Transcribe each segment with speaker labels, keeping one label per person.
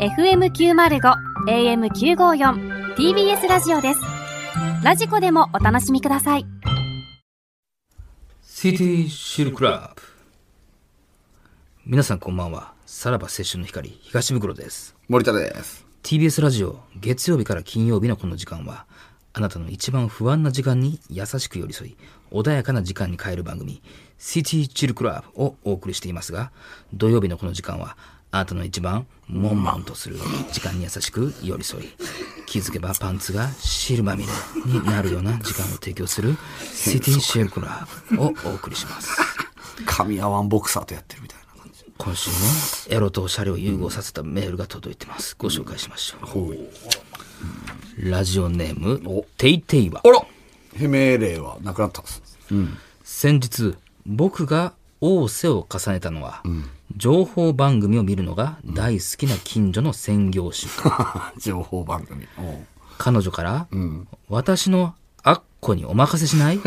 Speaker 1: FM905 AM954 TBS ラジオですラジコでもお楽しみください
Speaker 2: シティシルクラブ皆さんこんばんはさらば青春の光東袋です
Speaker 3: 森田です。
Speaker 2: TBS ラジオ月曜日から金曜日のこの時間はあなたの一番不安な時間に優しく寄り添い穏やかな時間に変える番組「シティチルクラブ」をお送りしていますが土曜日のこの時間はあなたの一番モンモンとする時間に優しく寄り添い気づけばパンツが汁まみれになるような時間を提供する「シティシルクラブ」をお送りします。
Speaker 3: 神アワンボクサーとやってるみたいな感じ。
Speaker 2: 今週もエロとおしゃれを融合させたメールが届いてます。ご紹介しましょう。ラジオネーム、テイテイは
Speaker 3: あ、らヘ命令はなくなったんです。
Speaker 2: 先日、僕が大瀬を重ねたのは、情報番組を見るのが大好きな近所の専業主婦。
Speaker 3: 情報番組。おう
Speaker 2: 彼女から、私のアッコにお任せしない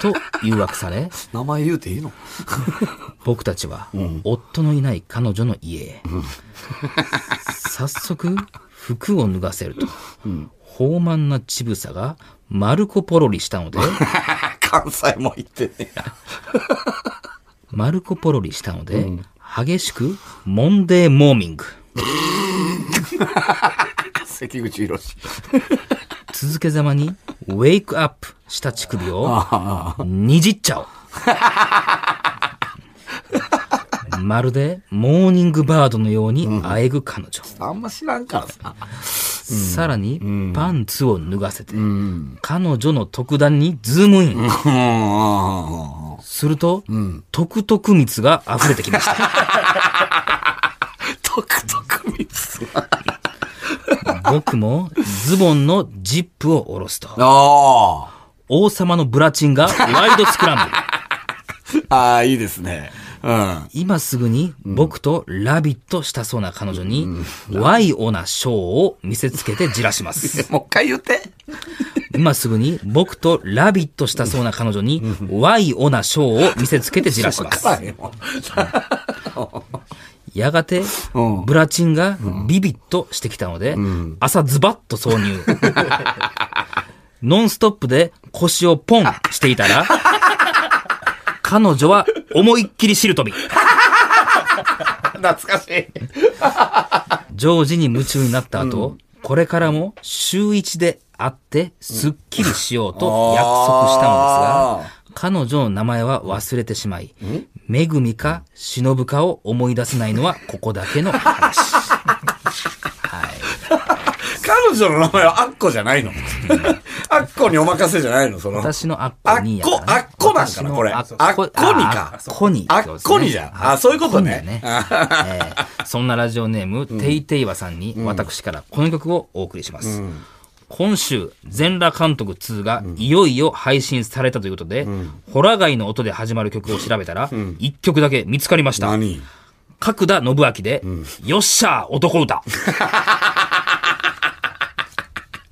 Speaker 2: と誘惑され、
Speaker 3: 名前言うていいの
Speaker 2: 僕たちは、夫のいない彼女の家へ、早速服を脱がせると、豊満な乳房がマルコ・ポロリしたので
Speaker 3: 関西も行ってねや。
Speaker 2: マルコ・ポロリしたので、激しくモンデーモーミング
Speaker 3: 関口博 士。
Speaker 2: 続けざまにウェイクアップした乳首をにじっちゃおうまるでモーニングバードのようにあえぐ彼女、
Speaker 3: あんま知らんからさ。
Speaker 2: さらに、パンツを脱がせて、彼女の特段にズームイン。
Speaker 3: うん。
Speaker 2: すると、特特蜜が溢れてきました。
Speaker 3: 独特密。あ
Speaker 2: 僕もズボンのジップを下ろすと、
Speaker 3: あ
Speaker 2: 王様のブラチンがワイドスクランブル。
Speaker 3: ー。ああ、いいですね。うん。
Speaker 2: 今すぐに僕とラビットしたそうな彼女に、ワイオなショーを見せつけてじらします。
Speaker 3: もう一回言って。
Speaker 2: 今すぐに僕とラビットしたそうな彼女に、ワイオなショーを見せつけてじらし
Speaker 3: わ
Speaker 2: ます
Speaker 3: か。らへんわ。
Speaker 2: やがて
Speaker 3: うん、
Speaker 2: ブラチンがビビッとしてきたので、朝ズバッと挿入。ノンストップで腰をポンしていた ら、彼女は思いっきり汁飛び。
Speaker 3: 懐かしい。
Speaker 2: 常時に夢中になった後、これからも週一で会ってすっきりしようと約束したのですが、彼女の名前は忘れてしまい、めぐみかしのぶかを思い出せないのはここだけの話。はい。
Speaker 3: 彼女の名前はアッコじ ゃないの。アッコにお任せじゃないの、その。
Speaker 2: 私のあっ
Speaker 3: あ
Speaker 2: こ
Speaker 3: っ
Speaker 2: にや
Speaker 3: こ、あっこなんかな、これ。あっこにか。
Speaker 2: あっこに。
Speaker 3: あっこにじゃん。あ、そういうこと
Speaker 2: そうだね
Speaker 3: ね。あ
Speaker 2: えーそんなラジオネーム、テイテイワさんに、私からこの曲をお送りします。今週、全裸監督2がいよいよ配信されたということで、ホラガイの音で始まる曲を調べたら、1曲だけ見つかりました。
Speaker 3: 何
Speaker 2: 角田信明で、よっしゃー男歌。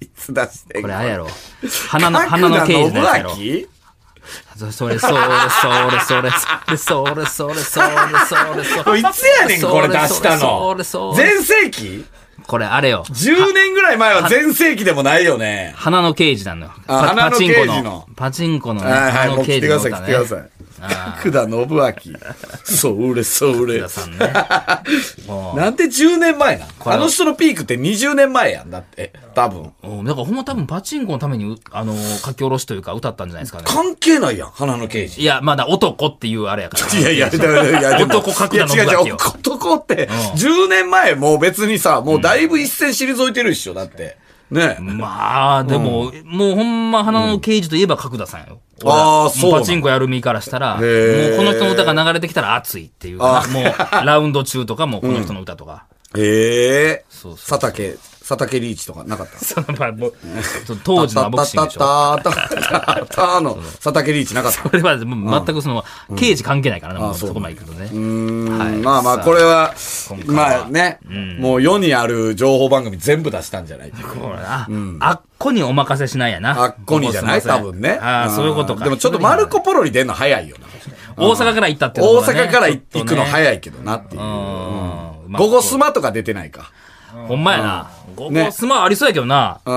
Speaker 3: いつ出してん
Speaker 2: これ
Speaker 3: の
Speaker 2: あれやろ。花の、花の刑事のやつやろ。
Speaker 3: 信明
Speaker 2: そそれそれそれそれそれそれそれそれそれ
Speaker 3: こ
Speaker 2: そ
Speaker 3: れ
Speaker 2: れ
Speaker 3: いつやねん、これ出した
Speaker 2: そ
Speaker 3: の
Speaker 2: れ。それそれ
Speaker 3: 全盛期
Speaker 2: これあれよ
Speaker 3: ?10 年ぐらい前は全盛期でもないよね。
Speaker 2: 花の刑事なのよ
Speaker 3: あ
Speaker 2: パ
Speaker 3: 花の
Speaker 2: パチンコ
Speaker 3: 刑
Speaker 2: の
Speaker 3: 事の
Speaker 2: パチンコのね
Speaker 3: はいはい、
Speaker 2: 花
Speaker 3: もう
Speaker 2: の
Speaker 3: 来
Speaker 2: 刑
Speaker 3: て
Speaker 2: 事
Speaker 3: く
Speaker 2: の
Speaker 3: ださ
Speaker 2: 歌
Speaker 3: い、来
Speaker 2: ね
Speaker 3: てください。角田信明。それそれ
Speaker 2: 田。さんね
Speaker 3: なんで10年前なん
Speaker 2: れ
Speaker 3: あの人のピークって20年前やんだって。多分。
Speaker 2: うんだからほんま多分パチンコのためにうあのー書き下ろしというか歌ったんじゃないですかね
Speaker 3: 関係ないやん、花の刑事。
Speaker 2: いやまだ男っていうあれやから
Speaker 3: いやいや、いやいや、でも
Speaker 2: 男格なの
Speaker 3: いや違う
Speaker 2: 浮気
Speaker 3: 違う、
Speaker 2: よ
Speaker 3: 男って、
Speaker 2: うん
Speaker 3: 10年前もう別にさ、もうだいぶ一線退いてるっしょ、だって。ねえ。
Speaker 2: まあでも、もうほんま花の刑事といえば角田さんよ、
Speaker 3: んあーそうなの
Speaker 2: パチンコやる身からしたら、も
Speaker 3: ー
Speaker 2: うこの人の歌が流れてきたら熱いっていうかな、もうラウンド中とかもこの人の歌とか。
Speaker 3: ええ
Speaker 2: そうそうそう
Speaker 3: 佐竹、佐竹リーチとかなかった
Speaker 2: そのまあもう 当時のボクシングでしょ。
Speaker 3: たたたたたたの佐竹リーチなかった。
Speaker 2: これはもう全くその、刑事関係ないからな、もう
Speaker 3: そう
Speaker 2: そこまで行くとね。
Speaker 3: う
Speaker 2: はい
Speaker 3: んまあまあ、
Speaker 2: さ
Speaker 3: これは、
Speaker 2: 今回は
Speaker 3: まあね、もう世にある情報番組全部出したんじゃない
Speaker 2: こうなあっこにお任せしないやな。
Speaker 3: あっこにじゃない
Speaker 2: ここすま
Speaker 3: 多
Speaker 2: せん
Speaker 3: 分ね。
Speaker 2: ああ、
Speaker 3: ん
Speaker 2: そういうことか。
Speaker 3: でもちょっとマルコポロリ出んの早いよな。
Speaker 2: 大阪から行ったって
Speaker 3: 大阪から行くの
Speaker 2: い。
Speaker 3: 早いけどなっていう。
Speaker 2: うんまあ
Speaker 3: ゴゴスマとか出てないか。
Speaker 2: ほんまやな。ゴゴスマありそうやけどな。
Speaker 3: う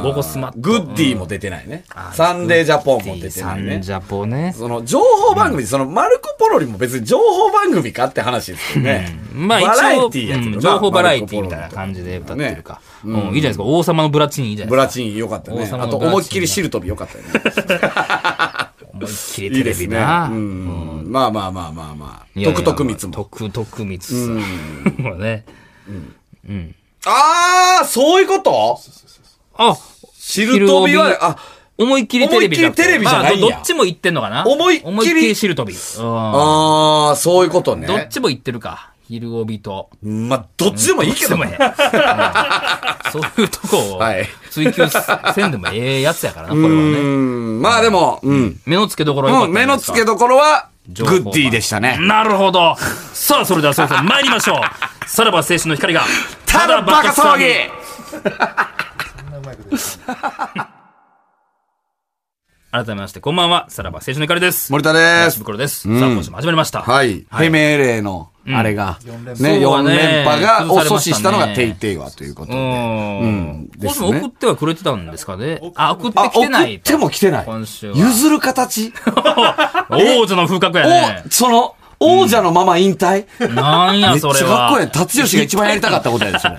Speaker 3: ん。
Speaker 2: ゴゴスマット
Speaker 3: グッディも出てないね。サンデージャポンも出て
Speaker 2: サ
Speaker 3: ない
Speaker 2: ン
Speaker 3: ね
Speaker 2: ジ。ャポね。
Speaker 3: その、情報番組、その、マルコ・ポロリも別に情報番組かって話ですよね。
Speaker 2: まあ
Speaker 3: バラ
Speaker 2: 一
Speaker 3: エ
Speaker 2: 応、
Speaker 3: ティやけどな
Speaker 2: うん情報バラエティみたいな感じで歌ってるか。うん、いいじゃないですか。王様のブラチンいいじゃない
Speaker 3: ブ
Speaker 2: で
Speaker 3: ラチン良かったね。
Speaker 2: 王様の
Speaker 3: あと、
Speaker 2: ブラチン
Speaker 3: 思いっきり汁飛び良かったよね。
Speaker 2: すか。思いっきり
Speaker 3: いい
Speaker 2: テ
Speaker 3: で
Speaker 2: レ
Speaker 3: す
Speaker 2: ビ
Speaker 3: ね。
Speaker 2: な。
Speaker 3: うん。まあまあまあまあまあ。
Speaker 2: いやいや
Speaker 3: 特特密も。
Speaker 2: 徳徳光さ ん。もうね。
Speaker 3: あー、そういうこと
Speaker 2: あ、
Speaker 3: 汁飛びは
Speaker 2: 昼、帯
Speaker 3: あ、
Speaker 2: 思いっきりテレビ
Speaker 3: 思いっきりテレビじゃないん
Speaker 2: ま
Speaker 3: や
Speaker 2: あどどっちも言ってんのかな
Speaker 3: 思いっきり
Speaker 2: 思いっきり汁飛び。うん
Speaker 3: あー、そういうことね。
Speaker 2: どっちも言ってるか。昼帯と。
Speaker 3: まあ、どっちでもいいけど
Speaker 2: でも
Speaker 3: ね。
Speaker 2: ね うんそういうとこを
Speaker 3: はい
Speaker 2: 追求せんでもええやつやからな、これ
Speaker 3: う
Speaker 2: はね。
Speaker 3: ん。まあでも、うん。
Speaker 2: 目の付けどころは良か
Speaker 3: う
Speaker 2: った
Speaker 3: ん
Speaker 2: んじ
Speaker 3: 目
Speaker 2: ゃない
Speaker 3: の
Speaker 2: ですか
Speaker 3: 付けどころは、グ
Speaker 2: 情報番
Speaker 3: ッディでしたね。
Speaker 2: なるほど。さあ、それでは、そうそう、参りましょう。 さらば青春の光が、
Speaker 3: ただバカ騒ぎ
Speaker 2: 改めまして、こんばんは、さらば青春の光です。
Speaker 3: 森田で
Speaker 2: 東
Speaker 3: す。
Speaker 2: 袋です。さあ、今週も始まりました。
Speaker 3: はい。ヘメレーの、あれが、ね、
Speaker 2: そうは
Speaker 3: 4
Speaker 2: ね
Speaker 3: 連覇が、を
Speaker 2: 崩され
Speaker 3: 阻
Speaker 2: まし
Speaker 3: 止
Speaker 2: たね
Speaker 3: したのがテイテイはということ
Speaker 2: う
Speaker 3: で。
Speaker 2: ん。
Speaker 3: うん
Speaker 2: これ
Speaker 3: です
Speaker 2: も
Speaker 3: ね
Speaker 2: 送ってはくれてたんですかね。あ、送って
Speaker 3: あ、
Speaker 2: きてな
Speaker 3: 送
Speaker 2: い
Speaker 3: っ
Speaker 2: と。
Speaker 3: ても来てない。
Speaker 2: 今週は。
Speaker 3: 譲る 形
Speaker 2: 王女の風格やね
Speaker 3: を、。その、王者のまま引退
Speaker 2: なん
Speaker 3: め
Speaker 2: や、
Speaker 3: っち
Speaker 2: そ
Speaker 3: ゃ
Speaker 2: れ
Speaker 3: かっこええ。
Speaker 2: は。
Speaker 3: 達吉が一番やりたかったことやで しょ。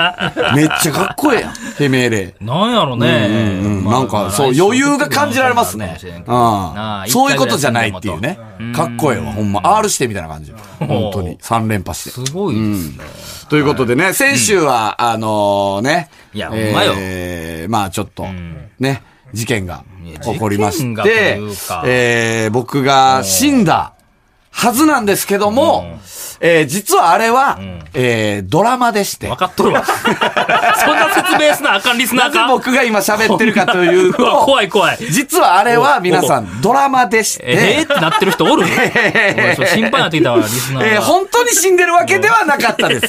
Speaker 3: めっちゃかっこええやん。ヘメレー。
Speaker 2: なんやろね
Speaker 3: うん。
Speaker 2: まあ
Speaker 3: なんか、そう、
Speaker 2: 来週
Speaker 3: 余裕が感じられます
Speaker 2: かも
Speaker 3: ね
Speaker 2: しれん。けどな
Speaker 3: う
Speaker 2: あ
Speaker 3: ん。そういうことじゃないっていうね。かっこええわ、ほんま。R してみたいな感じ。本当に。3連覇して。
Speaker 2: すごいですね。
Speaker 3: ということでね、先週は、あのーね。
Speaker 2: いやほんまよ
Speaker 3: えーまあちょっと、ね、事件が起こりまし
Speaker 2: 事件がと
Speaker 3: て
Speaker 2: いうか、
Speaker 3: えー僕が死んだはずなんですけども、えー実はあれは、えードラマでして
Speaker 2: 分。かっとる わ。そんな説明すなあかんリスナ
Speaker 3: な
Speaker 2: ー
Speaker 3: ぜ
Speaker 2: か。
Speaker 3: 僕が今喋ってるかというと、
Speaker 2: うわ怖い怖い。
Speaker 3: 実はあれは皆さんドラマでして、
Speaker 2: ええー、ってなってる人 おる俺
Speaker 3: え
Speaker 2: それ心配になってきたわ、リスナーが。
Speaker 3: えー本当に死んでるわけではなかったです。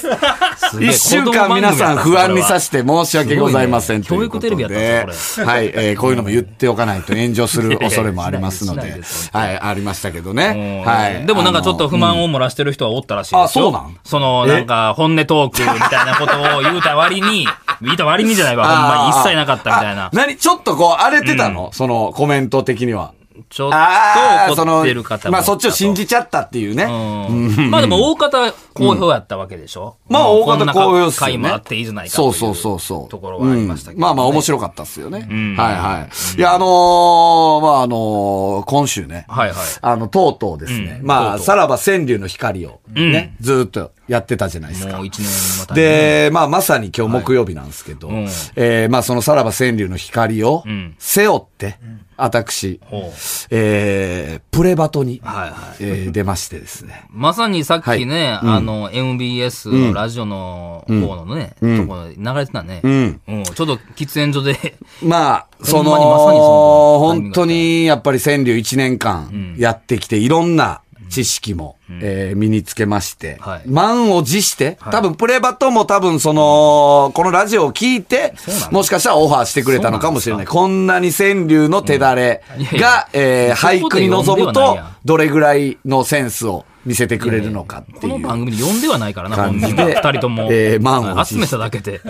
Speaker 2: すげえ
Speaker 3: 一週間皆さん不安にさ
Speaker 2: 子
Speaker 3: せて申し訳ございません
Speaker 2: すごいね
Speaker 3: ということで
Speaker 2: 教育テレビやったんです
Speaker 3: はい、えーこういうのも言っておかないと炎上 する恐れもありますの
Speaker 2: いやいや
Speaker 3: で
Speaker 2: しないです、
Speaker 3: はい、ありましたけどね。は。
Speaker 2: はいい。でもなんかちょっと
Speaker 3: あの、
Speaker 2: 不満を漏らしてる人はおったらしいですよ。
Speaker 3: あそうなん
Speaker 2: その、
Speaker 3: え
Speaker 2: なんか、本音トークみたいなことを言うた割に、言うた割にじゃないわ、ほんまに
Speaker 3: あー
Speaker 2: 一切なかったみたいな
Speaker 3: あ。何ちょっとこう荒れてたの、そのコメント的には。
Speaker 2: ちょ
Speaker 3: あ
Speaker 2: っ
Speaker 3: あ、
Speaker 2: と
Speaker 3: そ
Speaker 2: 怒
Speaker 3: の
Speaker 2: ってる方、も。
Speaker 3: まあそっちを信じちゃったっていうね。
Speaker 2: うんまあでも大方好評やったわけでしょ、
Speaker 3: まあ、大方好評
Speaker 2: で
Speaker 3: ですすよね。
Speaker 2: 回もあっていいじゃないかとい
Speaker 3: そううそうそうそう。
Speaker 2: ところはありましたけど、
Speaker 3: うんまあまあ、
Speaker 2: 白
Speaker 3: 面白かったっすよね。はいはい。いや、あのーまああのー今週ね。
Speaker 2: はいはい
Speaker 3: あの、とうとうですね。
Speaker 2: うんと
Speaker 3: ま
Speaker 2: う
Speaker 3: あ、
Speaker 2: とう
Speaker 3: さらば川柳の光をね、ずーっとやってたじゃないですか。
Speaker 2: もう一年また、
Speaker 3: で、まあ、まさに今日木曜日なんですけど、
Speaker 2: うん
Speaker 3: えーまあ、そのさらば川柳の光を
Speaker 2: ん
Speaker 3: 背負って、私、
Speaker 2: ほう
Speaker 3: えープレバトに、
Speaker 2: はいはい
Speaker 3: えー出ましてですね。
Speaker 2: まさにさっきね、あの、MBS のラジオの方のね、ところに流れてたね。
Speaker 3: ん
Speaker 2: うんちょっと喫煙 所で、
Speaker 3: まあ、そ
Speaker 2: ほん
Speaker 3: の、
Speaker 2: まにまさにそのタイミングだ
Speaker 3: 本
Speaker 2: った
Speaker 3: 当にやっぱり川柳1年間やってきて、いろんな知識も、えー身につけまして、
Speaker 2: はい
Speaker 3: 満を持して、多分プレバトも多分その、このラジオを聞いて
Speaker 2: そうなんです、
Speaker 3: もしかしたらオファーしてくれたのかもしれない。こんなに川柳の手だれ
Speaker 2: うんいやい
Speaker 3: が
Speaker 2: や、
Speaker 3: えー俳句に臨む
Speaker 2: そこで呼んではない
Speaker 3: と
Speaker 2: やん、
Speaker 3: どれぐらいのセンスを見せてくれるのかっ
Speaker 2: こ
Speaker 3: てい
Speaker 2: の
Speaker 3: う。
Speaker 2: 番組に呼んではないからな、本
Speaker 3: 感じ
Speaker 2: 人
Speaker 3: で
Speaker 2: が。二人とも。
Speaker 3: えー満を持して
Speaker 2: 集めただけで。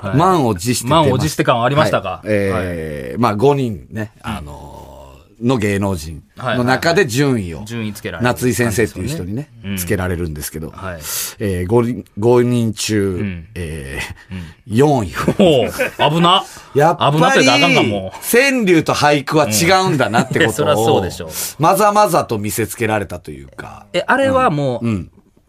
Speaker 2: はい
Speaker 3: 満を持して出ました。
Speaker 2: 満を持して感はありましたか
Speaker 3: はいえーまあ5人ね、あのーの芸能人の中で順位を、
Speaker 2: 順位つけられる
Speaker 3: 夏井先生っていう人にね、つけられるんですけど、
Speaker 2: はい
Speaker 3: えー、5, 人5人中、えー4
Speaker 2: ほ
Speaker 3: 位を。
Speaker 2: う、危な。
Speaker 3: やっぱ
Speaker 2: 危なとい
Speaker 3: り、
Speaker 2: うかあかんかも。
Speaker 3: 川柳と俳句は違うんだなって
Speaker 2: うんい
Speaker 3: こ
Speaker 2: や
Speaker 3: と
Speaker 2: そりゃ
Speaker 3: を、
Speaker 2: そうでしょう
Speaker 3: まざまざと見せつけられたというか、
Speaker 2: え、あれはもう、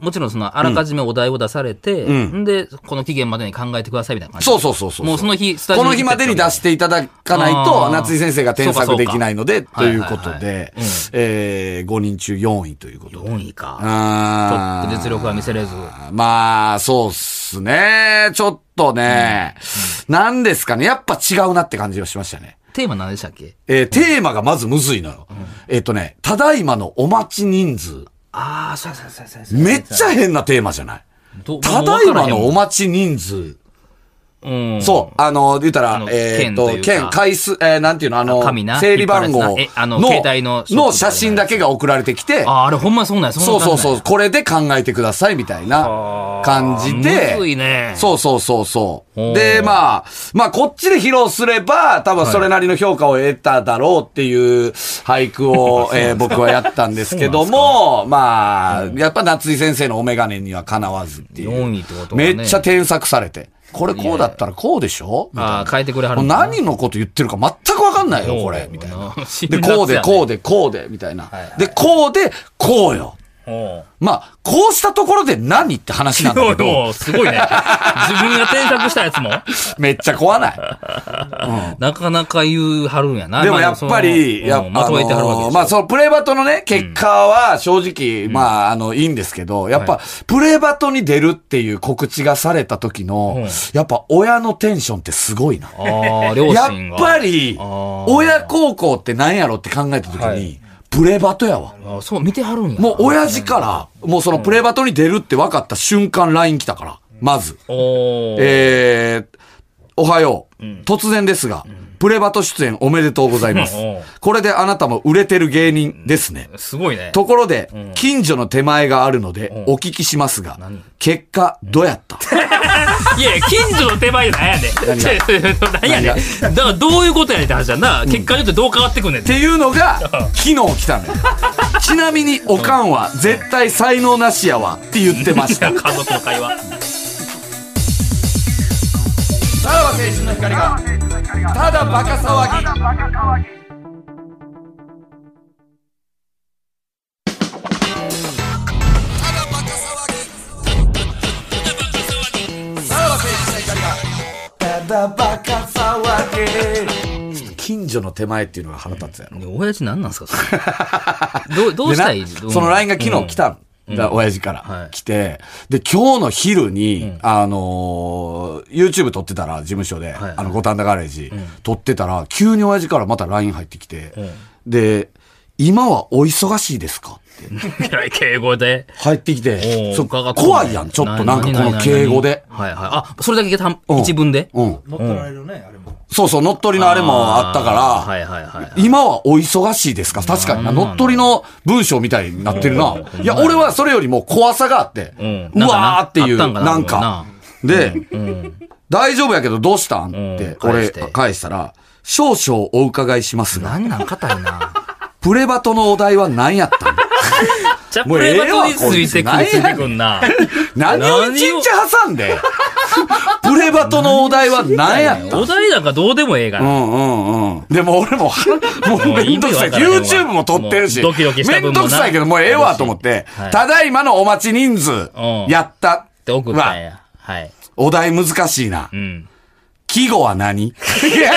Speaker 2: もちろんその、あらかじめお題を出されて、んで、この期限までに考えてくださいみたいな感じ。
Speaker 3: そうそうそうそう。
Speaker 2: もうその日スタジオ
Speaker 3: こ
Speaker 2: に
Speaker 3: の日までに出していただかない
Speaker 2: あ
Speaker 3: と、
Speaker 2: ー
Speaker 3: 夏井先生が添削できないので、
Speaker 2: か
Speaker 3: という
Speaker 2: は
Speaker 3: こと
Speaker 2: いはいはい
Speaker 3: で、えー、5人中4位ということで。
Speaker 2: 4位か。ちょ
Speaker 3: あ
Speaker 2: っと
Speaker 3: ー
Speaker 2: 実力は見せれず。
Speaker 3: まあ、そうっすね。ちょっとね。何、ん、ですかね。やっぱ違うなって感じがしましたね。
Speaker 2: テーマ何でしたっけ
Speaker 3: えーテーマがまずむずいのよ。えっ、とね、ただいまのお待ち人数。
Speaker 2: ああ、そうそうそうそうそう。
Speaker 3: めっちゃ変なテーマじゃない。
Speaker 2: ど
Speaker 3: ただいまのお
Speaker 2: もう分からへんもん
Speaker 3: 待ち人数。
Speaker 4: うん
Speaker 3: そう。あの、言った
Speaker 4: あ
Speaker 3: ら
Speaker 4: の、
Speaker 3: えっ
Speaker 4: 剣と
Speaker 3: と
Speaker 4: い、うか
Speaker 3: 剣、回数、えーなんていうの、あの
Speaker 4: あ紙な、
Speaker 3: 整理番号
Speaker 4: 引っ張るやつなえあの携帯の
Speaker 3: の写真だけが送られてきて、
Speaker 4: ああ、あれほんまそうなんや。
Speaker 3: そうそうそうう、これで考えてください、みたいな感じで
Speaker 4: むずい、ね。
Speaker 3: そうそうそうそう
Speaker 4: ほ。う
Speaker 3: で、まあ、まあ、こっちで披露すれば、多分それなりの評価を得ただろうっていう俳 句を、えー僕はやったんですけども、まあ、やっぱ夏井先生のお眼鏡にはかなわずっていう。
Speaker 4: 4位ってことは
Speaker 3: め
Speaker 4: ね
Speaker 3: っちゃ添削されて。これこうだったらこうでしょみたい
Speaker 4: あ
Speaker 3: な
Speaker 4: あ、変えてくれはる
Speaker 3: もうん
Speaker 4: だな
Speaker 3: 何のこと言ってるか全くわかんないよ、これ、みたいな。で、こうで、こうで、こうで、みたいな
Speaker 4: はいは。い
Speaker 3: で、こうで、こうよ。
Speaker 4: う。
Speaker 3: まあ、こうしたところで何って話なんだ けど、
Speaker 4: すごいね。自分が添削したやつも、
Speaker 3: めっちゃ怖ない。
Speaker 4: なかなか言うはるんやな。
Speaker 3: でもやっぱり、
Speaker 4: ま
Speaker 3: や
Speaker 4: あ
Speaker 3: っ
Speaker 4: そのうん
Speaker 3: ぱ、
Speaker 4: まとえてはるわけ
Speaker 3: あの
Speaker 4: で
Speaker 3: ー
Speaker 4: す
Speaker 3: まあ、そのプレイバトのね、結果は正直、まあ、あの、いいんですけど、やっぱ、プレイバトに出るっていう告知がされた時の
Speaker 4: うん、
Speaker 3: やっぱ親のテンションってすごいな。
Speaker 4: ああ、両
Speaker 3: や
Speaker 4: 親が。
Speaker 3: っぱり、
Speaker 4: あー
Speaker 3: 親孝行って何やろって考えた時
Speaker 4: はい
Speaker 3: に、プレバトやわ。
Speaker 4: あ。そう、見てはるんや。
Speaker 3: もう親父から、もうそのプレバトに出るって分かった瞬間 LINE 来たから、まず。
Speaker 4: おー
Speaker 3: えー、おはよう。突然ですが、プレバト出演おめでとうございます
Speaker 4: うん。
Speaker 3: これであなたも売れてる芸人ですね。
Speaker 4: すごいね。
Speaker 3: ところで、近所の手前があるので、お聞きしますが
Speaker 4: 何、
Speaker 3: 結果、どうやった
Speaker 2: いやいや、近所の手前じゃないやねん。
Speaker 3: 何が
Speaker 2: 何やねん。だからどういうことやねんって話だな。結果によってどう変わってくんねん
Speaker 3: っ。ていうのが、昨日来たのよ。ちなみに、おかんは、絶対才能なしやわ、って言ってました。
Speaker 2: 家族の会話。
Speaker 3: さらば青春の光が、ただバカ騒ぎ。近所の手前っていうのが腹立つやろ。
Speaker 4: いや親父何なんすかそ れどう、どうしたい
Speaker 3: でなその LINE が昨日来たの。だ親父から、
Speaker 4: はい
Speaker 3: 来て、で、今日の昼に、あのー YouTube 撮ってたら、事務所で、
Speaker 4: はい
Speaker 3: あの、五反田ガレージ、撮ってたら、急に親父からまた LINE 入ってきて、で、今はお忙しいですかって
Speaker 2: えらい敬語で。
Speaker 3: 入ってき
Speaker 4: お
Speaker 3: て、
Speaker 4: ー
Speaker 3: そう
Speaker 4: 伺っても
Speaker 3: 怖いやん、ちょっとなんかこの敬語で。
Speaker 4: はいはい。あ、それだけた
Speaker 3: うん
Speaker 4: 一文で
Speaker 3: うん。
Speaker 5: 乗っ取られるね、あれも。
Speaker 3: そうそう、乗っ取りのあれもあったから、
Speaker 4: あーはいはいはいはい。
Speaker 3: 今はお忙しいですか確かにな。乗っ取りの文章みたいになってるな。いや、俺はそれよりも怖さがあって。
Speaker 4: う
Speaker 3: うんわーっていう、
Speaker 4: なんかな
Speaker 3: なん
Speaker 4: あ
Speaker 3: か
Speaker 4: っ。
Speaker 3: で、大丈夫やけどどうしたん
Speaker 4: ん
Speaker 3: って、
Speaker 4: 返
Speaker 3: 俺
Speaker 4: して
Speaker 3: 返したら、少々お伺いしますが、
Speaker 4: 何なん硬いな。
Speaker 3: プレバトのお題は何やったん
Speaker 2: じゃあ、
Speaker 3: も
Speaker 2: プ
Speaker 3: うええ
Speaker 2: レ
Speaker 3: わ
Speaker 2: バトについてく
Speaker 3: こ
Speaker 2: ん、
Speaker 3: い
Speaker 2: つ
Speaker 3: つ
Speaker 2: いてくんな。
Speaker 3: 何を一日挟ん で、プレバトのお題は何やったん
Speaker 2: お題なんかどうでもええが
Speaker 3: う
Speaker 2: な。
Speaker 3: んうんうん。でも俺もは、 もうめんどくさい。
Speaker 2: もう意味わからへん
Speaker 3: YouTube
Speaker 2: わ
Speaker 3: も撮ってるし。
Speaker 2: もうドキドキした
Speaker 3: め
Speaker 2: 分も
Speaker 3: ん
Speaker 2: な
Speaker 3: どくさいけど、もうええわと思って、
Speaker 2: はい
Speaker 3: ただいまのお待ち人数、やった。っ
Speaker 2: って送ったんや。はい。
Speaker 3: お題難しいな。
Speaker 2: うん。
Speaker 3: 季語は何いや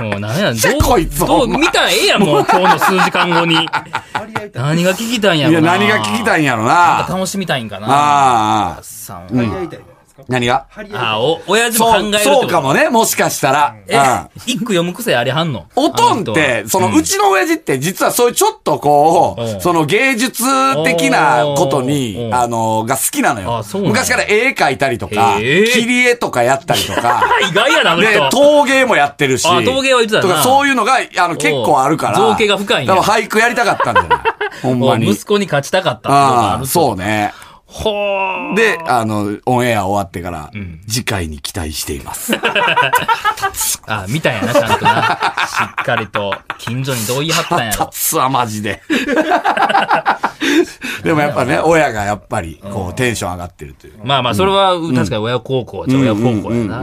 Speaker 2: もう何や、
Speaker 3: じゃ
Speaker 2: どう、
Speaker 3: こいつ
Speaker 2: ど
Speaker 3: ほ
Speaker 2: うん
Speaker 3: ま
Speaker 2: 見たらええやん、もう今日の数時間 後に。
Speaker 5: 割合高い。
Speaker 2: 何が聞きたいんやろな。
Speaker 3: 何が聞き
Speaker 2: い
Speaker 3: たいんやろ
Speaker 2: なんか
Speaker 3: な。
Speaker 2: 楽しみたいんかな。
Speaker 3: ああ
Speaker 2: さん
Speaker 5: 張り合いたいじゃないですか。
Speaker 3: 何が
Speaker 5: 張り合い
Speaker 2: あ
Speaker 5: た
Speaker 2: あ、
Speaker 5: い。
Speaker 2: お、親父も考える
Speaker 3: そ
Speaker 2: っ
Speaker 3: う、
Speaker 2: てこと
Speaker 3: そうかもね。もしかした
Speaker 2: え
Speaker 3: ら。うん、
Speaker 2: 一句読む癖ありはんの
Speaker 3: おとんっ
Speaker 2: あ
Speaker 3: て、
Speaker 2: の
Speaker 3: そ
Speaker 2: 人は
Speaker 3: の、うちの親父って、実はそういうちょっとこ
Speaker 2: うん
Speaker 3: う、その芸術的なこと
Speaker 2: う
Speaker 3: に、
Speaker 2: ん
Speaker 3: あの、が好きなのよ
Speaker 2: あそう。なんだ
Speaker 3: 昔から絵描いたりとか、
Speaker 2: へえ
Speaker 3: 切り絵とかやったり とか、
Speaker 2: うん意外やな、あの
Speaker 3: で
Speaker 2: 人。、
Speaker 3: 陶芸もやってるし、
Speaker 2: あ陶芸は言ってたな
Speaker 3: とか、そういうのが、あの、結構あるから、
Speaker 2: 造形が深いんや
Speaker 3: だから俳句やりたかったんじゃ ないほん
Speaker 2: も
Speaker 3: ま
Speaker 2: う
Speaker 3: に。
Speaker 2: 息子に勝ちたかった
Speaker 3: ああ、そう
Speaker 2: う。
Speaker 3: ね。
Speaker 2: ほー。
Speaker 3: で、あの、オンエア終わってから、次回に期待しています。
Speaker 2: あ、見たんやな、ちゃんとな。しっかりと、近所に同意はったんや
Speaker 3: 立
Speaker 2: ろ。
Speaker 3: つわ、マジ で。でもやっぱね、親がやっぱり、こう、テンション上がってるという。
Speaker 2: まあまあ、それは、確かに親孝行じゃ親孝行やな。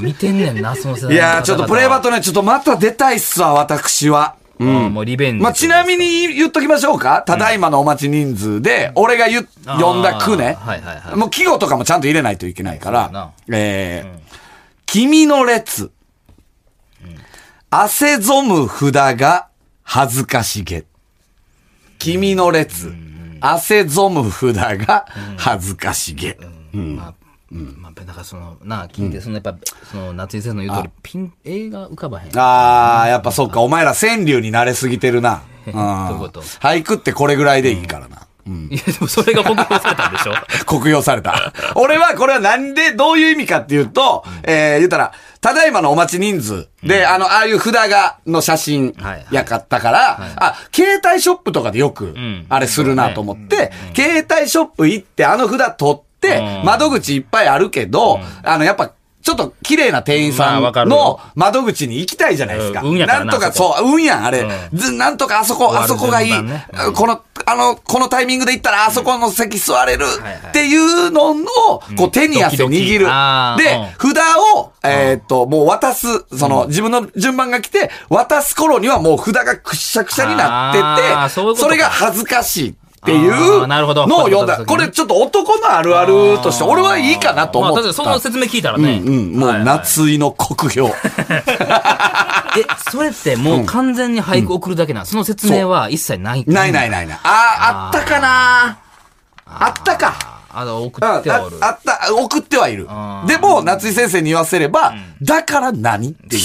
Speaker 2: 見てんねんな、その世代の方々はい
Speaker 3: やー、ちょっとプレイバトね、ちょっとまた出たいっすわ、私は。う。
Speaker 2: うんんもうリベンジ。
Speaker 3: まあ、ちなみに言っときましょうか。ただいまのお待ち人数で、俺が言っ、
Speaker 2: あー
Speaker 3: 呼んだ句ね。
Speaker 2: はいはいはい
Speaker 3: もう季語とかもちゃんと入れないといけないか
Speaker 2: そうだな
Speaker 3: ら、えー君の列、汗ぞむ札が恥ずかしげ。君の列、汗ぞむ札が恥ずかしげ。
Speaker 4: まあ、まあ、だからその、なあ、聞いて、そのやっぱ、その、夏井先生の言う通り、ピン、映画浮かばへん。
Speaker 3: あー、やっ ぱそっか、お前ら川柳に慣れすぎてるな。うん
Speaker 4: ういうこと
Speaker 3: 俳句ってこれぐらいでいいからな。
Speaker 2: いや、でもそれが僕標されたんでしょ
Speaker 3: 酷評された。俺はこれはなんで、どういう意味かっていうと、えー、言ったら、ただいまのお待ち人数で、あの、ああいう札が、の写真
Speaker 4: はいはい
Speaker 3: やかったから、あ、携帯ショップとかでよく
Speaker 2: ん、
Speaker 3: あれするなと思って、携帯ショップ行って、あの札取って
Speaker 2: う、ん
Speaker 3: 窓口いっぱいあるけど、あの、やっぱ、ちょっと綺麗な店員さ
Speaker 2: まあわか
Speaker 3: ん
Speaker 2: る
Speaker 3: の
Speaker 2: よ
Speaker 3: 窓口に行きたいじゃないですか。
Speaker 2: うん運やから
Speaker 3: な
Speaker 2: なん
Speaker 3: とか、
Speaker 2: あそこ
Speaker 3: そう、運やん、あれ。
Speaker 2: う
Speaker 3: ずなんとかあそこ、あそこがいい。
Speaker 2: 終わる順番ねうん
Speaker 3: この、あの、このタイミングで行ったら、あそこの席座れるっていうのを、こう手に汗握る。
Speaker 2: ドキドキあー
Speaker 3: で
Speaker 2: うん、
Speaker 3: 札を、えーっと、もう渡す、その、自分の順番が来て、渡す頃にはもう札がくっしゃくしゃにな
Speaker 2: あ
Speaker 3: って
Speaker 2: ー
Speaker 3: て、
Speaker 2: そういうことか
Speaker 3: れが恥ずかしい。っていう
Speaker 2: あーなるほど
Speaker 3: のを読んだ。
Speaker 2: そういう
Speaker 3: こ
Speaker 2: ことですね
Speaker 3: れちょっと男のあるあるとして、俺はいいかなと
Speaker 2: まあ、
Speaker 3: 思
Speaker 2: 確
Speaker 3: っ
Speaker 2: か
Speaker 3: た。
Speaker 2: にその説明聞いたら
Speaker 3: うん
Speaker 2: ね。
Speaker 3: うん、もう夏井の酷評。
Speaker 2: え、それってもう完全に俳句送るだけなん、その説明は一切ない。。
Speaker 3: ないないいないない。あー、あったかなあったか。
Speaker 2: あの、送
Speaker 3: あ
Speaker 2: ってはおる。
Speaker 3: ああった、送ってはいる。
Speaker 2: あー
Speaker 3: でも、夏井先生に言わせれば、だから何っていう。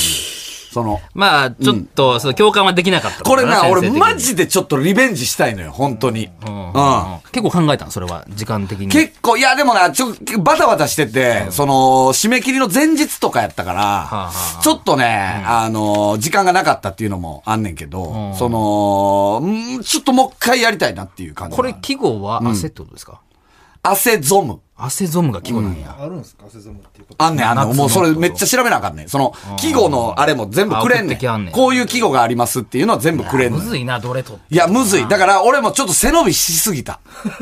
Speaker 3: その、
Speaker 2: まあ、ちょっと、その共感はできなかったの
Speaker 3: これ
Speaker 2: か
Speaker 3: な、俺
Speaker 2: 先
Speaker 3: マ
Speaker 2: 生的に
Speaker 3: ジでちょっとリベンジしたいのよ、本当に。う
Speaker 2: うん
Speaker 3: ん。
Speaker 2: 結構考えたの、それは、時間的に。
Speaker 3: 結構、いや、でもな、ちょ、バタバタしてて、その、締め切りの前日とかやったか
Speaker 2: あは
Speaker 3: ら、ちょっとね、あの、時間がなかったっていうのもあんねんけど、その、うんちょっともう一回やりたいなっていう感じ。
Speaker 2: これ、、季語は汗ってことですか、
Speaker 3: 汗ぞむ。
Speaker 2: 汗ぞむが季語なんや。
Speaker 5: あるんですか汗染むっていうこと。
Speaker 3: あんねん、あんねん。
Speaker 2: 夏の
Speaker 3: もうそれめっちゃ調べなあかんねん。その、季語のあれも全部くれ
Speaker 2: あ
Speaker 3: ん
Speaker 2: 送
Speaker 3: ね
Speaker 2: ってきはん
Speaker 3: ん。
Speaker 2: ねん
Speaker 3: こういう季語がありますっていうのは全部くれんね
Speaker 2: む
Speaker 3: ん。
Speaker 2: ずいな、どれと。
Speaker 3: いや、むずい。だから俺もちょっと背伸びしすぎ た。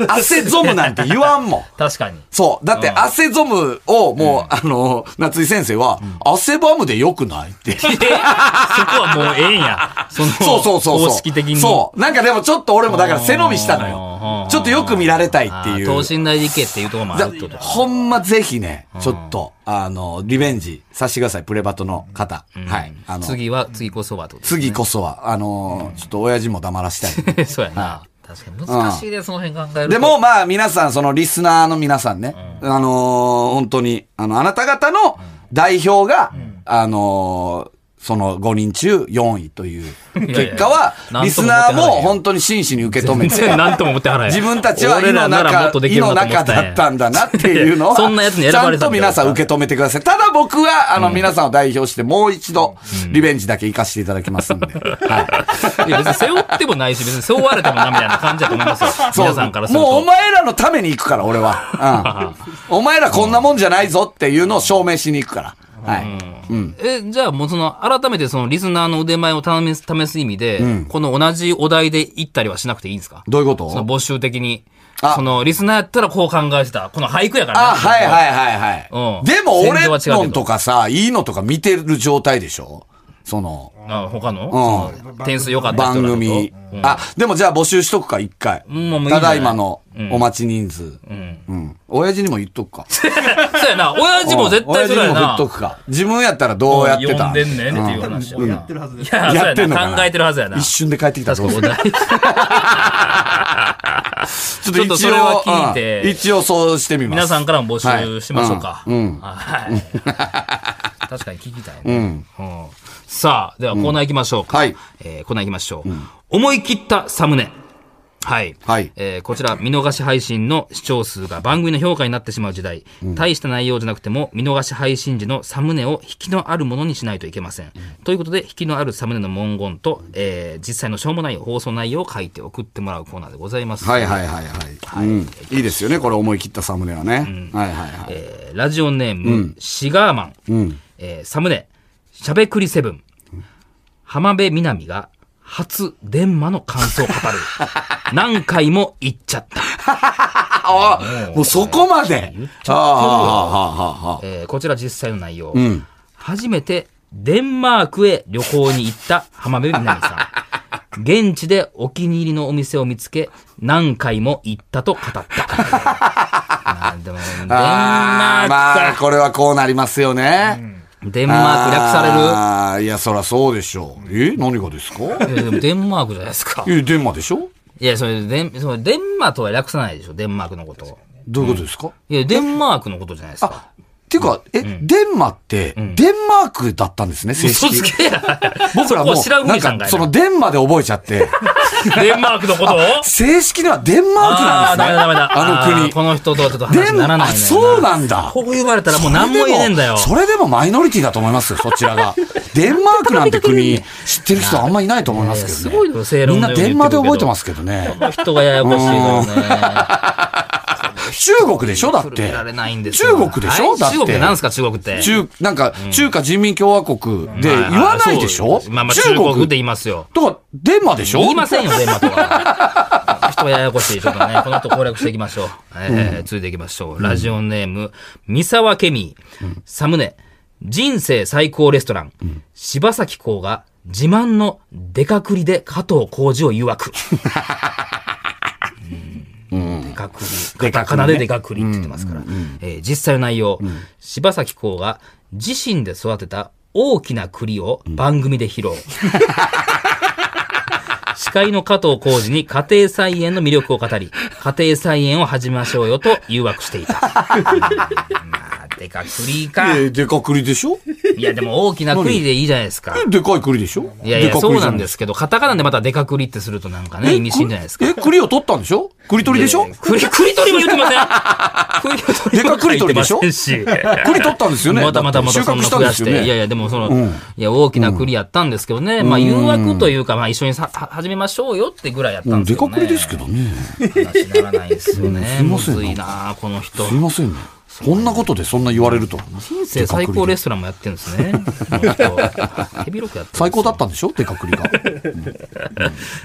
Speaker 3: 汗ぞむなんて言わんもん。
Speaker 2: 確かに。
Speaker 3: そう。だって、汗ぞむを、もう、あの、夏井先生は、汗ばむでよくな いって。
Speaker 2: えそこはもうええんや。その、
Speaker 3: そうそうそうそう。
Speaker 2: 公式的に。
Speaker 3: そう。なんかでもちょっと俺もだから背伸びしたの
Speaker 2: あ
Speaker 3: よ。
Speaker 2: ー
Speaker 3: ちょっとよく見られたいって
Speaker 2: あー
Speaker 3: いう。
Speaker 2: 等身大でいけっていうところもあ
Speaker 3: だ
Speaker 2: るってこと
Speaker 3: ほんまぜひね、ちょっと、あの、リベンジさせてください、プレバトの方。はい。あの、
Speaker 2: 次は、次こそはってこと
Speaker 3: 次こそは、あのー、ちょっと親父も黙らし たい。
Speaker 2: ね そうやな。確かに難しいで、その辺考えると。
Speaker 3: でも、まあ皆さん、そのリスナーの皆さんね、あのー、本当に、あの、あなた方の代表が、あのー、その5人中4位という結果
Speaker 2: い
Speaker 3: は、
Speaker 2: やいや
Speaker 3: リスナー
Speaker 2: なんとも思ってはらへん
Speaker 3: も
Speaker 2: よ
Speaker 3: 本当に真摯に受け止め
Speaker 2: 全
Speaker 3: て、
Speaker 2: 然何とも思ってはらへん。
Speaker 3: 自分たちは胃
Speaker 2: 俺
Speaker 3: の
Speaker 2: らならもっ
Speaker 3: 中
Speaker 2: と、でき
Speaker 3: 胃
Speaker 2: る
Speaker 3: の
Speaker 2: なと思
Speaker 3: 中
Speaker 2: ってたんや
Speaker 3: だったんだなっていうのは、
Speaker 2: い やそんなやつに選
Speaker 3: ちゃ
Speaker 2: ばれて
Speaker 3: ん
Speaker 2: た
Speaker 3: と
Speaker 2: んだよ
Speaker 3: 皆さん受け止めてください。ただ僕は、あの、皆さんを代表してもう一度、 リベンジだけ行かせていただきます んで。はい。
Speaker 2: いや別に背負ってもないし、別に背負われてもなみたいな感じだと思い ますよ。皆さんからすると。
Speaker 3: もうお前らのために行くから、俺は。うん。お前らこんなもんじゃないぞっていうのを証明しに行くから。はい。
Speaker 2: え、じゃあもうその、改めてそのリスナーの腕前を試す、試す意味で、この同じお題で行ったりはしなくていいんですか
Speaker 3: どういうこ
Speaker 2: その
Speaker 3: と
Speaker 2: 募集的に
Speaker 3: あ。
Speaker 2: その、リスナーやったらこう考えてた。この俳句やからね
Speaker 3: あ、はいはいはいは
Speaker 2: う
Speaker 3: い。
Speaker 2: ん
Speaker 3: でも俺
Speaker 2: 戦場は違うけ
Speaker 3: の
Speaker 2: ど
Speaker 3: とかさ、いいのとか見てる状態でしょその、
Speaker 2: あ他の,、
Speaker 3: うん
Speaker 2: その点数良かった人
Speaker 3: 番
Speaker 2: らってこと
Speaker 3: 組。あ、でもじゃあ募集しとくか、一回。
Speaker 2: んもういいんじゃ
Speaker 3: た
Speaker 2: ない
Speaker 3: だいまのお待ち人数。うん。親父にも言っとくか。
Speaker 2: そうやな。親父も絶対そう
Speaker 3: 親
Speaker 2: や
Speaker 3: 父にも言っ
Speaker 2: な。
Speaker 3: とくか。自分やったらどうやって
Speaker 2: 呼
Speaker 3: た
Speaker 2: んでんねんっていう
Speaker 5: 多
Speaker 2: 話
Speaker 5: 分もうやってるはずで
Speaker 2: い
Speaker 5: す。
Speaker 2: や、そう
Speaker 3: や
Speaker 2: や
Speaker 3: ってんのかな
Speaker 2: な。考えてるはずやな。
Speaker 3: 一瞬で帰ってきたら
Speaker 2: 確
Speaker 3: どう
Speaker 2: か
Speaker 3: す
Speaker 2: お
Speaker 3: る
Speaker 2: 題。
Speaker 3: ちょ
Speaker 2: っとそれは聞いて
Speaker 3: うん一応そうしてみます。
Speaker 2: 皆さんからも募集しましょうか。
Speaker 3: はいうんう ん
Speaker 2: はい。確かに聞きたいね。うんさあ、ではコーナー行きましょうか。
Speaker 3: はい
Speaker 2: えーコーナー行きましょう。思い切ったサムネ。はい。
Speaker 3: はい
Speaker 2: えーこちら、見逃し配信の視聴数が番組の評価になってしまう時代、大した内容じゃなくても、見逃し配信時のサムネを引きのあるものにしないといけません。ということで、引きのあるサムネの文言と、えー実際のしょうもない放送内容を書いて送ってもらうコーナーでございます。
Speaker 3: はいはいはいはい。うんいいですよね、これ思い切ったサムネはね。はいはいはい。
Speaker 2: えーラジオネーム、シガーマン、えーサムネしゃべくりセブン浜辺美波が初電話の感想を 語る何回も言っちゃった、
Speaker 3: あ、もうそこまで。ああ、はあ、はあ、はあ。
Speaker 2: えーこちら実際の内容、初めてデンマークへ旅行に行った浜辺美波さん現地でお気に入りのお店を見つけ何回も行ったと語った まあでもデンマー
Speaker 3: あー
Speaker 2: ク
Speaker 3: まあ、
Speaker 2: か
Speaker 3: これはこうなりますよね。
Speaker 2: デンマーク略される
Speaker 3: されるいや、そらそうでしょう。え何がですか
Speaker 2: いやでもデンマークじゃないですか。い
Speaker 3: え、デンマでしょ
Speaker 2: や、それ、デン、それデンマーとは略さないでしょ、デンマークのこと。
Speaker 3: どういうことですか
Speaker 2: いや、デンマークのことじゃないですか。
Speaker 3: ていうか、え、デンマって、デンマークだったんですね、正
Speaker 2: 嘘
Speaker 3: 式
Speaker 2: つ。けや。
Speaker 3: 僕らも
Speaker 2: そこ白
Speaker 3: う、な
Speaker 2: 組
Speaker 3: ん
Speaker 2: さん
Speaker 3: か、
Speaker 2: が
Speaker 3: そのデンマで覚えち ゃって、
Speaker 2: デンマークのことを
Speaker 3: 正式にはデンマーク
Speaker 2: あ
Speaker 3: な
Speaker 2: あ、
Speaker 3: んで
Speaker 2: ダメ
Speaker 3: すね。
Speaker 2: だダメだ。
Speaker 3: あの
Speaker 2: ー
Speaker 3: 国。
Speaker 2: この人とはちょっと
Speaker 3: デ
Speaker 2: 話に
Speaker 3: ン
Speaker 2: なら
Speaker 3: マ
Speaker 2: ない
Speaker 3: あ、
Speaker 2: ね。
Speaker 3: そうなんだ。
Speaker 2: こう言われたらもう何も言えねえんだよ。
Speaker 3: それでもマイノリティだと思いますよ、そち らが。デンマークなんて国、知ってる人あんまいないと思いますけどね。
Speaker 2: すごいよ正論
Speaker 3: みん
Speaker 2: の
Speaker 3: な
Speaker 2: ように
Speaker 3: デ
Speaker 2: 言
Speaker 3: ン
Speaker 2: っ
Speaker 3: マ
Speaker 2: て
Speaker 3: で
Speaker 2: るけど
Speaker 3: 覚えてますけどね。
Speaker 2: 人がややこしいからね。
Speaker 3: 中国でしょだっ
Speaker 2: 見
Speaker 3: て
Speaker 2: ら。れないんです
Speaker 3: 中
Speaker 2: よ
Speaker 3: 国でしょ
Speaker 2: はい
Speaker 3: だって
Speaker 2: 中国なんすか中国って。
Speaker 3: 中、なんか、中華人民共和国で言わないでし
Speaker 2: まあ
Speaker 3: ょ
Speaker 2: そうまあまあ中国って言い
Speaker 3: だ
Speaker 2: ますよ。
Speaker 3: から、デンマでしょ
Speaker 2: 言いませんよ、デンマとは。この人はややこしい。ちょっとね、この人攻略していきましょう。えー続いていきましょう。ラジオネーム、三沢ケミー、サムネ、人生最高レストラン、柴咲コウが自慢のデカクリで加藤浩二を誘惑。うんデカクリ。カタカナでデカクリって言ってますから。えー実際の内容、柴咲コウが自身で育てた大きな栗を番組で披露。 司会の加藤浩二に家庭菜園の魅力を語り、家庭菜園を始めましょうよと誘惑してい た。うんまあ、でか栗か。
Speaker 3: えーでかくりでしょ
Speaker 2: いや、でも大きな栗でいいじゃないですか。
Speaker 3: えでかい栗でしょ
Speaker 2: いやいや、
Speaker 3: かくりじ
Speaker 2: そう
Speaker 3: ゃ
Speaker 2: なんですけど、カタカナでまたでか栗ってするとなんかね、意味深じゃないですか。
Speaker 3: え、栗を取ったんでしょ栗取りでしょ
Speaker 2: 栗、栗取りも言ってません。 栗取りも言ってませんし。
Speaker 3: 栗取ったんですよね
Speaker 2: またまたまた
Speaker 3: 収
Speaker 2: そん
Speaker 3: 穫
Speaker 2: な
Speaker 3: し
Speaker 2: 増
Speaker 3: たんで
Speaker 2: や
Speaker 3: す
Speaker 2: し
Speaker 3: よ
Speaker 2: て。
Speaker 3: ね
Speaker 2: いやいや、でもその、いや、大きな栗やったんですけどね。まあ、誘惑というか、まあ、一緒にさは始めましょうよってぐらいやった
Speaker 3: うんん
Speaker 2: です
Speaker 3: で
Speaker 2: けど
Speaker 3: か
Speaker 2: ね。
Speaker 3: くりですけどね。
Speaker 2: 話にならないですよね。
Speaker 3: うん
Speaker 2: む
Speaker 3: すいません
Speaker 2: ずいな、この人。
Speaker 3: すいませんね。こんなことでそんな言われると。
Speaker 2: 人生最高レストランもやってるんです ね。この人手広くやってるんですよ
Speaker 3: 最高だったんでしょでかくり が。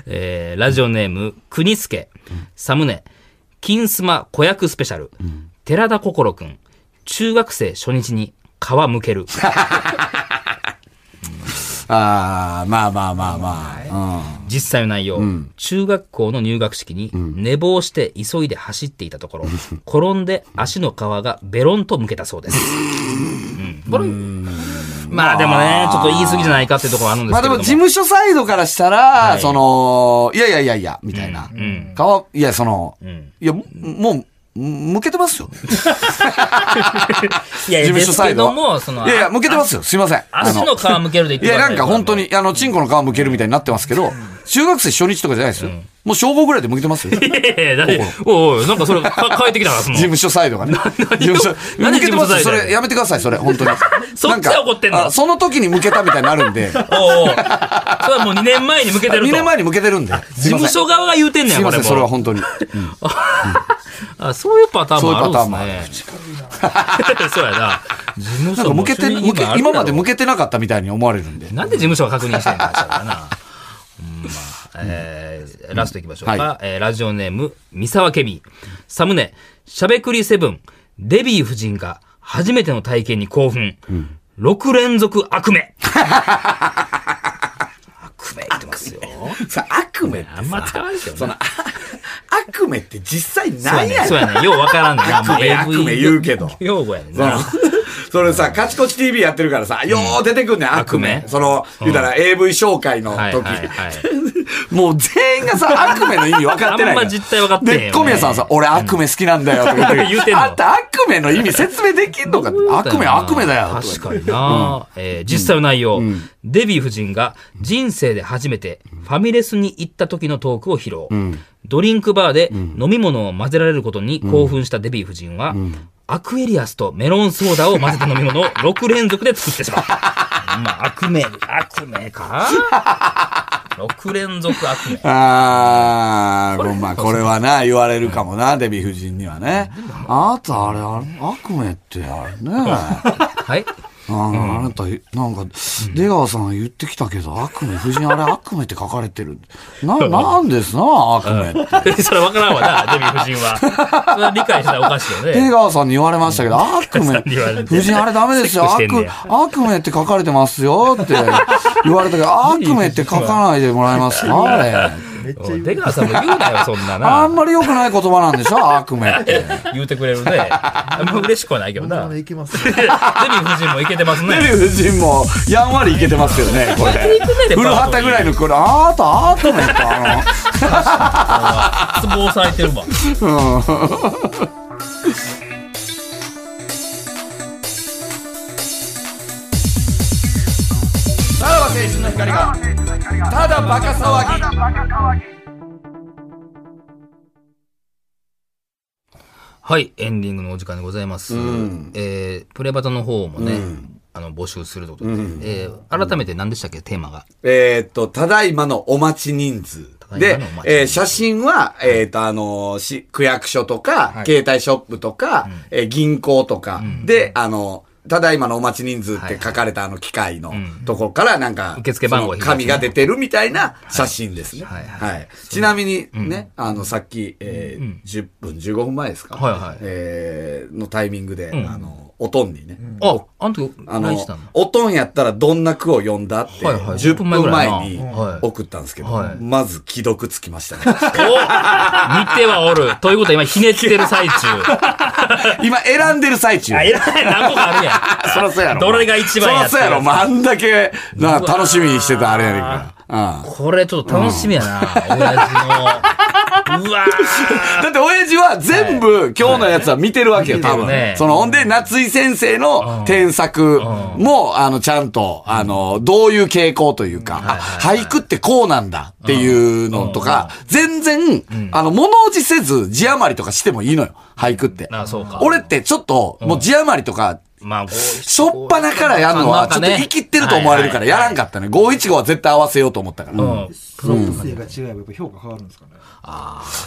Speaker 2: えーラジオネーム、国助、サムネ、金スマ子役スペシャル、寺田心くん、中学生初日に皮むける。
Speaker 3: ああ、まあまあまあまあ。うん
Speaker 2: 実際の内容、中学校の入学式に寝坊して急いで走っていた ところ、転んで足の皮がベロンとむけたそうです。うんこれまあでもね、ちょっと言い過ぎじゃないかっていうところはあるんで
Speaker 3: ますあ
Speaker 2: け
Speaker 3: で
Speaker 2: れど
Speaker 3: も
Speaker 2: も。
Speaker 3: 事務所サイドからしたら、その、いやいやいやいや、みたいな。顔、いや、その、いや、ももう、向けてますよ。事
Speaker 2: いやいや
Speaker 3: 務所サイド
Speaker 2: ですけどもそ
Speaker 3: は。
Speaker 2: の
Speaker 3: いやいや、向けてますよ。すいません。あ
Speaker 2: 足の皮むけるで言って
Speaker 3: い
Speaker 2: く
Speaker 3: や、
Speaker 2: だ
Speaker 3: な
Speaker 2: さ
Speaker 3: んか本当。に、あの、チンコの皮むけるみたいになってますけど、中学生初日とかじゃないですよ。もう正午ぐらいで向けてますよ。事
Speaker 2: いやいや、だっておいおい、なんかそれ、か変えてきたから、その。
Speaker 3: 務所サ イドがね。事務所
Speaker 2: 何
Speaker 3: 向けてますよ。
Speaker 2: 事務所サ
Speaker 3: そ
Speaker 2: イドや
Speaker 3: れ、やめてください、それ、本当に。
Speaker 2: そっちは怒ってんの
Speaker 3: なかあその時に向けたみたいになるん で、
Speaker 2: おうおうそれはもう2年前に向けてると。
Speaker 3: 2年前に向けてるんで。
Speaker 2: 事
Speaker 3: すいません
Speaker 2: 務所側が言うてんね
Speaker 3: す
Speaker 2: ん、
Speaker 3: い
Speaker 2: こ
Speaker 3: ま
Speaker 2: れ
Speaker 3: せん、
Speaker 2: も。
Speaker 3: それは本当に。
Speaker 2: あそういうパターンもあるんですね。そうやな。事務
Speaker 3: なんか
Speaker 2: 所
Speaker 3: 向けて、向け、今まで向
Speaker 2: け
Speaker 3: けてなかったみたいに思われるんで。
Speaker 2: なんで事務所が確認してんのかな。うんまあえーラストいきましょうか。
Speaker 3: は
Speaker 2: えーラジオネーム、三沢ケミ。サムネ、しゃべくりセブン、デビー夫人が初めての体験に興奮。6連続悪 名。悪名言ってますよ。
Speaker 3: さ、悪夢
Speaker 2: あんま使わないけどな
Speaker 3: 悪夢って実際
Speaker 2: そうやね。そうやね。ようわからんねんな。もう
Speaker 3: 悪名
Speaker 2: AV
Speaker 3: 悪名言うけど
Speaker 2: 用語やねんな。
Speaker 3: それさ、カチコチ TV やってるからさ、よう出てくんねん、悪
Speaker 2: 悪
Speaker 3: 夢。
Speaker 2: 夢
Speaker 3: その、言うたら AV 紹介 の
Speaker 2: はい
Speaker 3: 時
Speaker 2: はいはい。
Speaker 3: もう全員がさ、悪夢の意味分かってないの。
Speaker 2: あんま実態分かってへんよね
Speaker 3: で、小宮さんさ、俺悪夢好きなんだよ、とか言って
Speaker 2: 言うてんの
Speaker 3: あんた悪夢の意味説明できんのかって悪夢、悪夢だよ。
Speaker 2: 確かにな、えー実際の内容、デヴィ夫人が人生で初めてファミレスに行った時のトークを披露。ドリンクバーで飲み物を混ぜられることに興奮したデヴィ夫人は、アクエリアスとメロンソーダを混ぜた飲み 物を6連続で作ってしまった。まあ、悪名、悪名か ?6 連続悪名。
Speaker 3: あー、まあ、これはな、言われるかもな、デヴィ夫人にはね。あなた、あれ、あれ悪夢ってあれね。
Speaker 2: はい
Speaker 3: あのあなた、なんか、出川さんが言ってきたけど、悪夢、夫人、あれ悪夢って書かれてる。 な、なんですな、悪夢って。
Speaker 2: それ分からんわ な、デヴィ夫人は。それは理解したらおかしいよ
Speaker 3: 出
Speaker 2: ね。
Speaker 3: 川さんに言われましたけど、悪夢、
Speaker 2: 言われて
Speaker 3: 夫人あれダメですよ、
Speaker 2: チェッ
Speaker 3: 悪
Speaker 2: クしてんねや、
Speaker 3: 悪夢って書かれてますよって言 われたけど、悪夢って書かないでもらえますか、あれ。
Speaker 2: おい出川さんも言うなよ、そんな
Speaker 3: あ
Speaker 2: な。
Speaker 3: んまり良くない言葉なんでし ょ、悪夢って。
Speaker 2: 言うてくれるね。 あんま嬉しくはないけど
Speaker 5: な
Speaker 2: な。
Speaker 5: か
Speaker 2: デ
Speaker 5: い
Speaker 2: ヴ
Speaker 5: けます
Speaker 2: ィ夫人もいけてますね。
Speaker 3: デヴィ夫人も、やんわ りいけてますよね、これ。古畑ぐらいの頃、あーた、あーたもいた、
Speaker 2: 失望されてるわ。
Speaker 3: あの、うん。春の光がただバカ騒ぎ
Speaker 2: はい、エンディングのお時間でございます。えープレバタの方もね、あの、募集するということで、えー改めて何でしたっけ、テーマが。
Speaker 3: えーっと、ただいまのお待ち人数。
Speaker 2: ただい
Speaker 3: で
Speaker 2: まのお待ち人、数
Speaker 3: えー写真は、えーっと、あのーし、区役所とか、携帯ショップとか、えー銀行とか、で、あのーただいまのお待ち人数って書かれたあの機械のところからなんか、
Speaker 2: 受付番号
Speaker 3: その紙が出てるみたいな写真ですね。
Speaker 2: はい
Speaker 3: はい。ちなみにね、あの、さっき、えー10分、15分前ですか
Speaker 2: はいはい
Speaker 3: えーのタイミングで、あの、おとんにね、
Speaker 2: あ、あの時、
Speaker 3: あ
Speaker 2: LINE
Speaker 3: の
Speaker 2: したの、
Speaker 3: おとんやったらどんな句を読んだって、
Speaker 2: はいはい
Speaker 3: 10分前
Speaker 2: ぐらいな
Speaker 3: に
Speaker 2: はい
Speaker 3: 送ったんですけど、
Speaker 2: はい
Speaker 3: まず既読つきましたね。
Speaker 2: お見てはおる。ということは今、ひねってる最中。
Speaker 3: 今選んでる最中。
Speaker 2: えらい、何個かあるや
Speaker 3: そらそうやろ。
Speaker 2: どれが一番やって
Speaker 3: そらそうやろ。まあ、あんだけ、な、
Speaker 2: うわー
Speaker 3: 楽しみにしてたあれやねんから。うん
Speaker 2: ん。これちょっと楽しみやな、親父の。うわー
Speaker 3: だって、親父は全部、今日のやつは見てるわけよ、
Speaker 2: 見てる
Speaker 3: 多分。
Speaker 2: ね
Speaker 3: その、ほんで、夏井先生の添削も、あの、ちゃんと、あの、どういう傾向というか、あ俳句ってこうなんだっていうのとか、全然、あの、物おじせず、字余りとかしてもいいのよ、俳句 って。
Speaker 2: あそうか
Speaker 3: 俺ってちょっと、もう字余りとか、
Speaker 2: まあ、こう
Speaker 3: しょっぱなからやるのは、ちょっと生きってると思われるから、やらんかったね。515は絶対合わせようと思ったから。
Speaker 2: うん。
Speaker 5: 先生が違えばやっぱ評価変わるんですかね。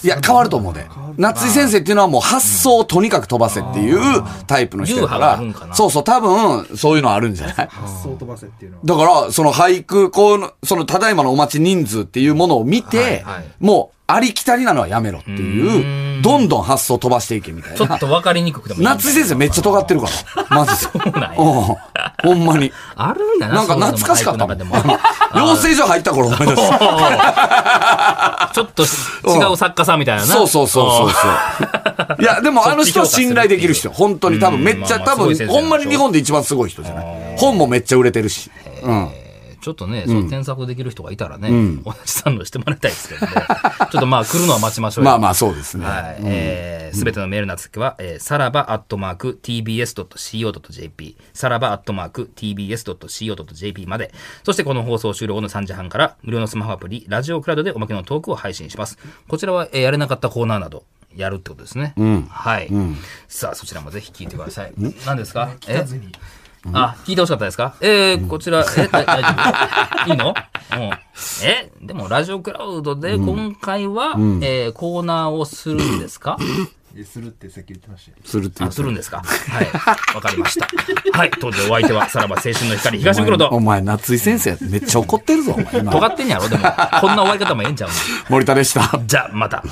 Speaker 3: いや、変わると思うで。夏井先生っていうのはもう発想をとにかく飛ばせっていうタイプの人だか、
Speaker 2: 流派があるんからな
Speaker 3: そうそう、多分、そういうのあるんじゃない
Speaker 5: 発想飛ばせっていうのは。
Speaker 3: だから、その俳句、こういうの、その、ただいまのお待ち人数っていうものを見て
Speaker 2: はいはい、
Speaker 3: もう、ありきたりなのはやめろっていう、どんどん発想飛ばしていけみたい
Speaker 2: ちょっ
Speaker 3: な。
Speaker 2: と分かりにくくてもいいんだ。
Speaker 3: 夏井先生めっちゃ尖ってるから、マジで。
Speaker 2: そうなんや
Speaker 3: うんほんまに。
Speaker 2: あるんだな、
Speaker 3: なんか
Speaker 2: そういうのも
Speaker 3: 懐かしかったも
Speaker 2: 俳
Speaker 3: ん。
Speaker 2: 句の中でも
Speaker 3: あの養成所入った頃思い出した。
Speaker 2: ちょっと 違う作家さんみたいなな。
Speaker 3: そうそうそうそうそう。いや、でもあの人は信頼できる人。本当に多分めっち
Speaker 2: ま
Speaker 3: ゃ、
Speaker 2: あまあ
Speaker 3: 多分
Speaker 2: すごい先生なんでしょ
Speaker 3: ほんまに日本で一番すごい人じゃない。本もめっちゃ売れてるし。う
Speaker 2: う
Speaker 3: ん。
Speaker 2: んちょっとね、その添削できる人がいたらね、同じさんのしてもらいたいですけどね。ちょっとまあ来るのは待ちましょうよ
Speaker 3: まあまあそうですね。
Speaker 2: はい。えーすべてのメールの宛先は、えーさらばアットマーク tbs.co.jp、さらばアットマーク tbs.co.jp まで。そしてこの放送終了後の3時半から、無料のスマホアプリ、ラジオクラウドでおまけのトークを配信します。こちらは、えーやれなかったコーナーなど、やるってことですね。はい。さあ、そちらもぜひ聞いてください。何ですか聞
Speaker 5: かずに
Speaker 2: あ、聞いてほしかったですかえー、こちら、え、だ大丈夫い いのうん。え、でも、ラジオクラウドで今回は、えーコーナーをするんですか
Speaker 5: えするってさっき言ってましたよ。
Speaker 3: するって言
Speaker 2: あ
Speaker 3: っ
Speaker 2: す
Speaker 3: て。
Speaker 2: るんですかはい。わかりました。はい。当時お相手は、さらば青春の光、東黒
Speaker 3: お
Speaker 2: と。
Speaker 3: 前、夏井先生めっちゃ怒ってるぞ、お前今
Speaker 2: 尖ってんやろでも、こんな終わり方もええんちゃうの
Speaker 3: 森田でした。
Speaker 2: じゃあ、また。